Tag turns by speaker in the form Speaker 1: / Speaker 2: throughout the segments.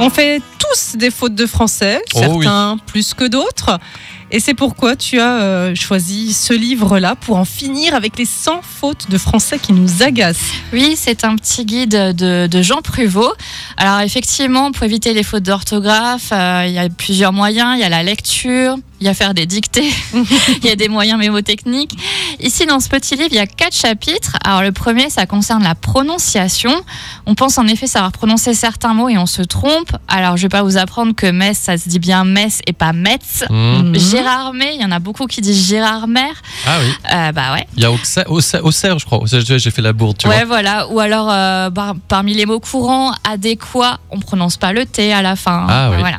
Speaker 1: On fait tous des fautes de français,
Speaker 2: Oh oui.
Speaker 1: certains plus que d'autres. Et c'est pourquoi tu as euh, choisi ce livre-là pour en finir avec les 100 fautes de français qui nous agacent.
Speaker 3: Oui, c'est un petit guide de, de Jean Pruvot. Alors effectivement, pour éviter les fautes d'orthographe, euh, il y a plusieurs moyens. Il y a la lecture, il y a faire des dictées, il y a des moyens mémotechniques. Ici, dans ce petit livre, il y a quatre chapitres. Alors le premier, ça concerne la prononciation. On pense en effet savoir prononcer certains mots et on se trompe. Alors je vais pas vous apprendre que Metz, ça se dit bien Metz et pas Metz.
Speaker 2: Mmh.
Speaker 1: Mhm.
Speaker 3: Gérard May, il y en a beaucoup qui disent Gérard Mer.
Speaker 2: Ah oui,
Speaker 3: Euh, bah ouais.
Speaker 2: il y a Auxerre, Auxerre- Auxerre, je crois. Auxerre, J'ai j'ai fait la bourde, tu
Speaker 3: ouais, voilà. Ou alors, euh, par- parmi les mots courants, adéquat, on prononce pas le T à la fin.
Speaker 2: Ah oui.
Speaker 3: Voilà.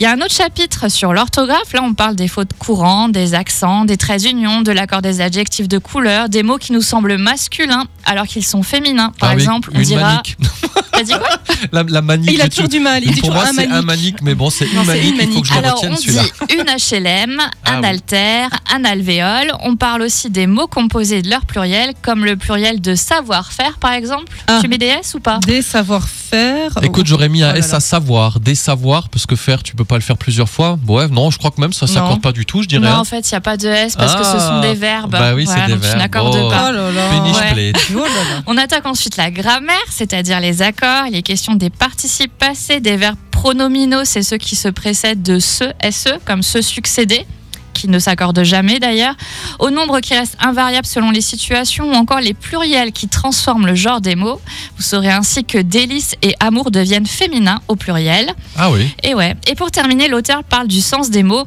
Speaker 3: Il y a un autre chapitre sur l'orthographe. Là, on parle des fautes courantes, des accents, des traits unions, de l'accord des adjectifs de couleur, des mots qui nous semblent masculins alors qu'ils sont féminins.
Speaker 2: vois.
Speaker 3: Par
Speaker 2: Ah oui,
Speaker 3: exemple, on
Speaker 2: une
Speaker 3: dira.
Speaker 2: manique.
Speaker 3: T'as dit quoi
Speaker 2: La, la manique.
Speaker 1: Il a
Speaker 2: je-
Speaker 1: toujours du mal, il dit
Speaker 2: Pour
Speaker 1: toujours
Speaker 2: moi,
Speaker 1: un
Speaker 2: c'est un
Speaker 1: manique.
Speaker 2: manique, mais bon, c'est
Speaker 1: Non,
Speaker 2: une
Speaker 1: c'est
Speaker 2: manique,
Speaker 1: une
Speaker 2: il faut que je le
Speaker 3: Alors,
Speaker 2: retienne
Speaker 3: on
Speaker 2: celui-là.
Speaker 3: dit une HLM,
Speaker 2: Ah
Speaker 3: un
Speaker 2: oui.
Speaker 3: altère, un alvéole. On parle aussi des mots composés de leur pluriel, comme le pluriel de savoir-faire, par exemple.
Speaker 1: Ah.
Speaker 3: Tu mets des S ou pas
Speaker 1: Des savoir-faire.
Speaker 2: Écoute, j'aurais mis un
Speaker 1: Oh là
Speaker 2: S à
Speaker 1: là.
Speaker 2: savoir, des savoirs, parce que faire, tu peux pas le faire plusieurs fois. Ouais, non, je crois que même ça, ça
Speaker 1: Non.
Speaker 2: compte pas du tout, je dirais.
Speaker 3: Non,
Speaker 2: hein.
Speaker 3: en fait, il n'y a pas de S parce que ce
Speaker 2: Ah.
Speaker 3: sont des verbes.
Speaker 2: Bah oui, c'est
Speaker 3: Voilà,
Speaker 2: des
Speaker 3: donc tu
Speaker 2: verbes.
Speaker 3: n'accordes
Speaker 2: Oh.
Speaker 1: oh
Speaker 3: pas.
Speaker 1: là là.
Speaker 2: Finish
Speaker 3: Ouais.
Speaker 2: plate.
Speaker 1: Oh là là.
Speaker 3: On attaque ensuite la grammaire, c'est-à-dire les accords, les questions des participes passés, des verbes pronominaux, c'est ceux qui se précèdent de ce, se, comme se succéder, qui ne s'accordent jamais d'ailleurs, au nombre qui reste invariable selon les situations, ou encore les pluriels qui transforment le genre des mots. Vous saurez ainsi que délice et amour deviennent féminins au pluriel.
Speaker 2: Ah oui.
Speaker 3: Et ouais. Et pour terminer, l'auteur parle du sens des mots.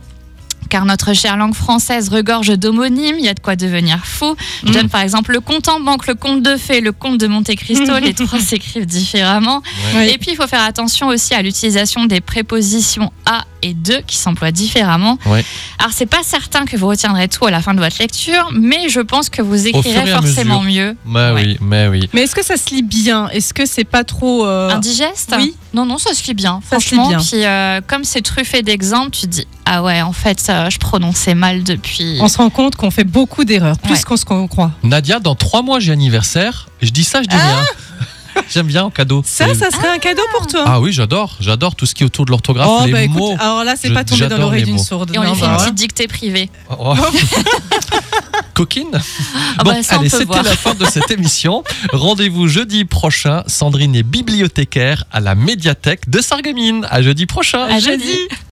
Speaker 3: Car notre chère langue française regorge d'homonymes, il y a de quoi devenir fou. Je
Speaker 1: Mm.
Speaker 3: donne par exemple le compte en banque, le compte de fées, le compte de Monte Cristo, les trois s'écrivent différemment.
Speaker 1: Oui.
Speaker 3: Et puis il faut faire attention aussi à l'utilisation des prépositions à et de qui s'emploient différemment.
Speaker 2: Ouais.
Speaker 3: Alors c'est pas certain que vous retiendrez tout à la fin de votre lecture, mais je pense que vous
Speaker 2: fur et
Speaker 3: écrirez
Speaker 2: à
Speaker 3: forcément mieux.
Speaker 2: Mais
Speaker 3: Ouais.
Speaker 2: oui, mais oui.
Speaker 1: Mais est-ce que ça se lit bien Est-ce que c'est pas trop.
Speaker 2: Ah.
Speaker 1: euh,
Speaker 3: Indigeste
Speaker 1: oui.
Speaker 3: Non, non, ça se lit bien.
Speaker 1: Ça se lit
Speaker 3: franchement,
Speaker 1: bien.
Speaker 3: puis euh, comme c'est truffé d'exemples, tu te dis ah ouais, en fait, euh, je prononçais mal depuis.
Speaker 1: On se rend compte qu'on fait beaucoup d'erreurs, plus
Speaker 3: Ouais.
Speaker 1: qu'on se qu'on croit.
Speaker 2: Nadia, dans trois mois, j'ai anniversaire. Je dis ça, je dis rien. J'aime bien en cadeau.
Speaker 1: Ah. Ça,
Speaker 2: Et-
Speaker 1: ça serait un cadeau pour toi.
Speaker 2: Ah oui, j'adore. J'adore tout ce qui est autour de l'orthographe,
Speaker 1: oh,
Speaker 2: les
Speaker 1: bah
Speaker 2: mots.
Speaker 1: écoute, alors là, c'est
Speaker 2: Je-
Speaker 1: pas tombé dans
Speaker 2: j'adore
Speaker 1: l'oreille
Speaker 2: les
Speaker 1: d'une
Speaker 2: mots.
Speaker 1: sourde.
Speaker 3: Et on
Speaker 1: Non,
Speaker 3: lui fait
Speaker 1: bah,
Speaker 3: une
Speaker 1: voilà.
Speaker 3: petite dictée privée.
Speaker 2: Oh. Coquine.
Speaker 3: Ah
Speaker 2: bon,
Speaker 3: bah, ça, on
Speaker 2: allez,
Speaker 3: peut
Speaker 2: c'était
Speaker 3: voir.
Speaker 2: la fin de cette émission. Rendez-vous jeudi prochain.
Speaker 1: Ah,
Speaker 2: Sandrine est bibliothécaire à la médiathèque de Sarreguemines. À jeudi prochain.
Speaker 3: À jeudi.